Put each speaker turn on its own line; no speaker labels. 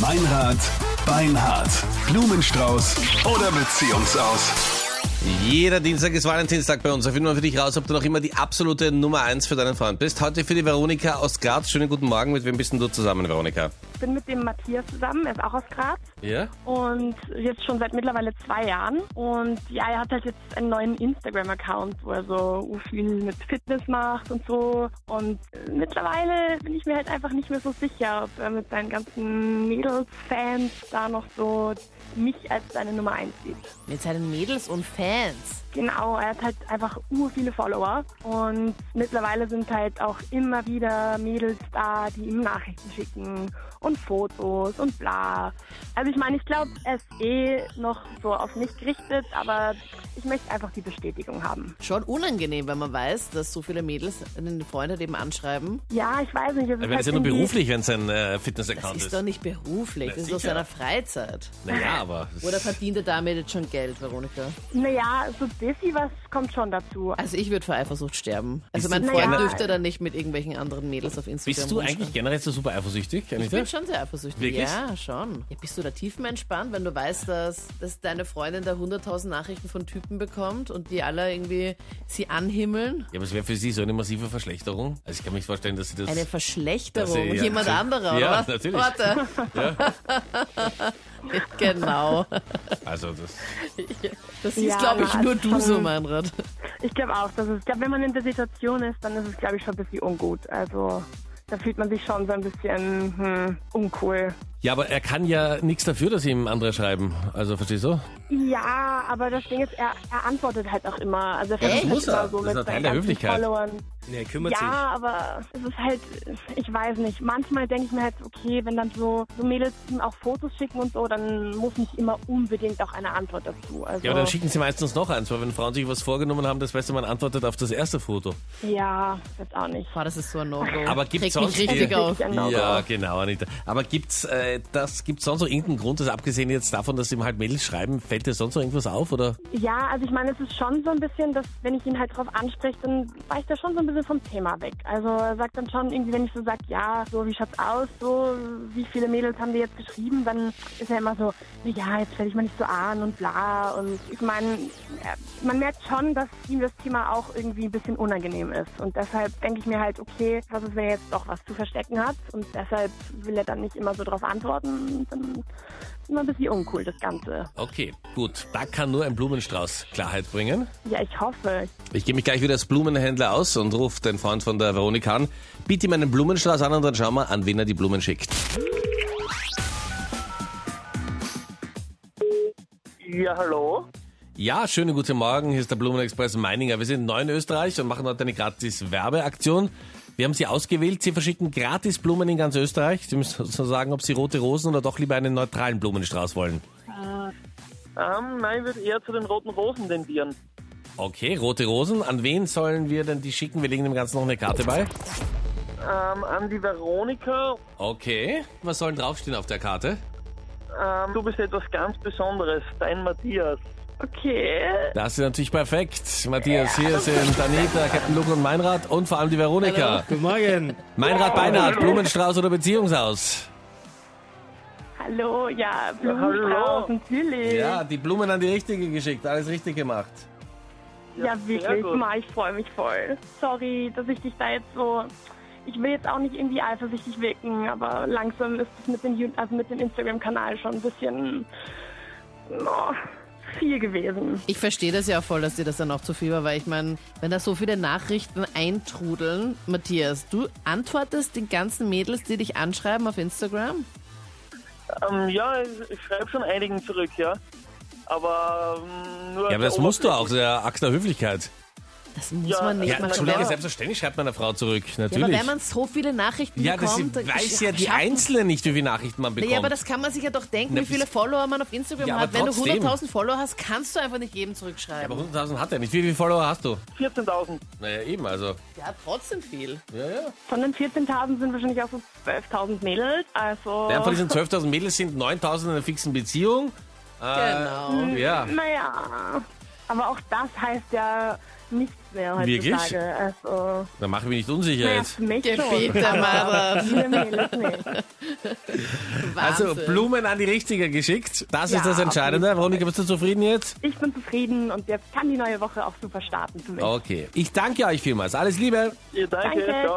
Meinrad, Beinhard, Blumenstrauß oder Beziehungsaus.
Jeder Dienstag ist Valentinstag bei uns. Da finden wir für dich raus, ob du noch immer die absolute Nummer eins für deinen Freund bist. Heute für die Veronika aus Graz. Schönen guten Morgen. Mit wem bist denn du zusammen, Veronika?
Ich bin mit dem Matthias zusammen, er ist auch aus Graz
Ja?
und jetzt schon seit mittlerweile zwei Jahren. Und ja, er hat halt jetzt einen neuen Instagram-Account, wo er so u- viel mit Fitness macht und so. Und äh, mittlerweile bin ich mir halt einfach nicht mehr so sicher, ob er mit seinen ganzen Mädels-Fans da noch so mich als seine Nummer eins sieht.
Mit seinen Mädels und Fans.
Genau, er hat halt einfach ur viele Follower und mittlerweile sind halt auch immer wieder Mädels da, die ihm Nachrichten schicken und Fotos und bla. Also ich meine, ich glaube, er ist eh noch so auf mich gerichtet, aber ich möchte einfach die Bestätigung haben.
Schon unangenehm, wenn man weiß, dass so viele Mädels einen Freund halt eben anschreiben.
Ja, ich weiß nicht. Es ist
Wenn es
halt
ja nur
irgendwie-
beruflich, wenn es ein äh,
Das
Fitness-Account
ist
ist.
doch nicht beruflich, das ist aus
sicher.
seiner Freizeit.
Naja, aber.
Oder verdient er damit jetzt schon Geld, Veronika?
Naja, so ein bisschen was kommt schon dazu.
Also ich würde vor Eifersucht sterben. Also mein
du
Freund
gerne-
dürfte dann nicht mit irgendwelchen anderen Mädels auf Instagram
Bist du
rumschreiben.
eigentlich generell so super eifersüchtig,
Ich
Anita?
bin schon sehr eifersüchtig.
Wirklich?
Ja, schon. Ja, bist du da tiefenentspannt, wenn du weißt, dass, dass deine Freundin da 100.000 Nachrichten von Typen bekommt und die alle irgendwie sie anhimmeln?
Ja, aber es wäre für sie so eine massive Verschlechterung. Also ich kann mich vorstellen, dass sie das.
Eine Verschlechterung.
Das, äh, ja.
Jemand anderer,
Ja,
oder was?
natürlich.
Warte. genau.
also das.
Das siehst,
Ja,
glaube ich,
aber
nur
als
du so,
schon-
Meinrad.
Ich glaube auch, dass es, ich glaube, wenn man in der Situation ist, dann ist es, glaube ich, schon ein bisschen ungut. Also da fühlt man sich schon so ein bisschen hm, uncool.
Ja, aber er kann ja nichts dafür, dass ihm andere schreiben. Also verstehst du?
Ja, aber das Ding ist, er, er antwortet halt auch immer. Also er versucht
das muss
immer
er.
So
Das ist ein Teil
mit seinen
der
ganzen
Höflichkeit.
Followern.
Nee, er kümmert
ja, aber es ist halt, ich weiß nicht. Manchmal denke ich mir halt, okay, wenn dann so, so Mädels ihm auch Fotos schicken und so, dann muss nicht immer unbedingt auch eine Antwort dazu. Also,
Ja, aber dann schicken sie meistens noch eins, weil wenn Frauen sich was vorgenommen haben, das weißt du, man antwortet auf das erste Foto.
ja, jetzt auch nicht.
Boah, das ist so ein No-Go.
Aber gibt's
Regt
sonst
mich richtig
irgendwie-
auf.
Ja, Genau.
Ja, genau, Anita. Aber gibt's äh, das gibt's sonst noch irgendeinen Grund, dass abgesehen jetzt davon, dass ihm halt Mädels schreiben, fällt dir sonst noch irgendwas auf oder?
Ja, also ich meine, es ist schon so ein bisschen, dass wenn ich ihn halt drauf anspreche, dann weicht er schon so ein bisschen vom Thema weg. Also er sagt dann schon irgendwie, wenn ich so sag, ja, so wie schaut's aus, so wie viele Mädels haben dir jetzt geschrieben, dann ist er immer so, na ja, jetzt stell dich mal nicht so an und bla. Und ich meine, äh, man merkt schon, dass ihm das Thema auch irgendwie ein bisschen unangenehm ist. Und deshalb denke ich mir halt, okay, was ist, wenn er jetzt doch was zu verstecken hat? Und deshalb will er dann nicht immer so drauf antworten. Dann ist immer ein bisschen uncool, das Ganze.
Okay, gut. Da kann nur ein Blumenstrauß Klarheit bringen.
Ja, ich hoffe,
Ich gehe mich gleich wieder als Blumenhändler aus und rufe den Freund von der Veronika an. Biete ihm einen Blumenstrauß an und dann schauen wir, an wen er die Blumen schickt.
Ja, hallo.
Ja, schönen guten Morgen. Hier ist der Blumenexpress Meininger. Wir sind neu in Österreich und machen heute eine gratis Werbeaktion. Wir haben Sie ausgewählt. Sie verschicken gratis Blumen in ganz Österreich. Sie müssen uns nur sagen, ob Sie rote Rosen oder doch lieber einen neutralen Blumenstrauß wollen.
Ähm, nein, ich würde eher zu den roten Rosen tendieren.
Okay, rote Rosen. An wen sollen wir denn die schicken? Wir legen dem Ganzen noch eine Karte bei.
Ähm, an die Veronika,
Okay. Was soll denn draufstehen auf der Karte?
ähm, du bist etwas ganz Besonderes, dein Matthias.
Okay.
Das ist natürlich perfekt. Matthias, hier sind Anita, Captain Luke und Meinrad und vor allem die Veronika.
Guten Morgen.
Meinrad Beinhardt, Blumenstrauß oder Beziehungshaus?
Hallo, ja,
hallo.
Blumenstrauß, natürlich.
Ja, die Blumen an die richtige geschickt. Alles richtig gemacht.
ja,
sehr
wirklich.
gut.
Ma, ich freue mich voll. Sorry, dass ich dich da jetzt so. Ich will jetzt auch nicht irgendwie eifersüchtig wirken, aber langsam ist es mit dem, Ju- also mit dem Instagram-Kanal schon ein bisschen oh, viel gewesen.
Ich verstehe das ja auch voll, dass dir das dann auch zu viel war, weil ich meine, wenn da so viele Nachrichten eintrudeln, Matthias, du antwortest den ganzen Mädels, die dich anschreiben auf Instagram?
Ähm, ja, ich, ich schreibe schon einigen zurück, ja. Aber ähm, nur.
Ja, aber das
sehr
musst du auch,
oberflächlich.
der Akt der Höflichkeit.
Das muss
Ja,
man nicht
Ja,
man
mal
Entschuldige,
kann-
selbstverständlich schreibt man einer Frau zurück,
Ja, aber
natürlich.
wenn man so viele Nachrichten
Ja, das
bekommt, dann
weiß ja die
schaffen-
Einzelne nicht, wie viele Nachrichten man bekommt.
Ja, aber das kann man sich ja doch denken,
Na,
wie viele
bis-
Follower man auf Instagram
Ja, aber
hat. Wenn
trotzdem.
du 100.000 Follower hast, kannst du einfach nicht jedem zurückschreiben.
aber 100.000 hat er nicht. Wie viele Follower hast du?
14.000.
Naja, eben, also.
Ja, trotzdem viel.
Ja, ja.
Von den 14.000 sind wahrscheinlich auch so 12.000 Mädels. Also.
Ja, von diesen 12.000 Mädels sind 9.000 in einer fixen Beziehung. Äh,
Genau.
Ja.
Naja, aber auch das heißt ja, nichts mehr
Wirklich?
heutzutage. Also,
Dann mache ich mich nicht unsicher
naja,
jetzt.
für mich schon.
Gebieter,
aber
Mother.
Viele Mädels nicht.
Also
Wahnsinn.
Blumen an die Richtige geschickt. Das
Ja,
ist das
auf
Entscheidende.
jeden
Veronika, bist du zufrieden jetzt?
Ich bin zufrieden und jetzt
Oh,
kann die neue Woche auch super starten für mich.
Okay. Ich danke euch vielmals. Alles Liebe.
Ja, danke,
Danke.
ciao.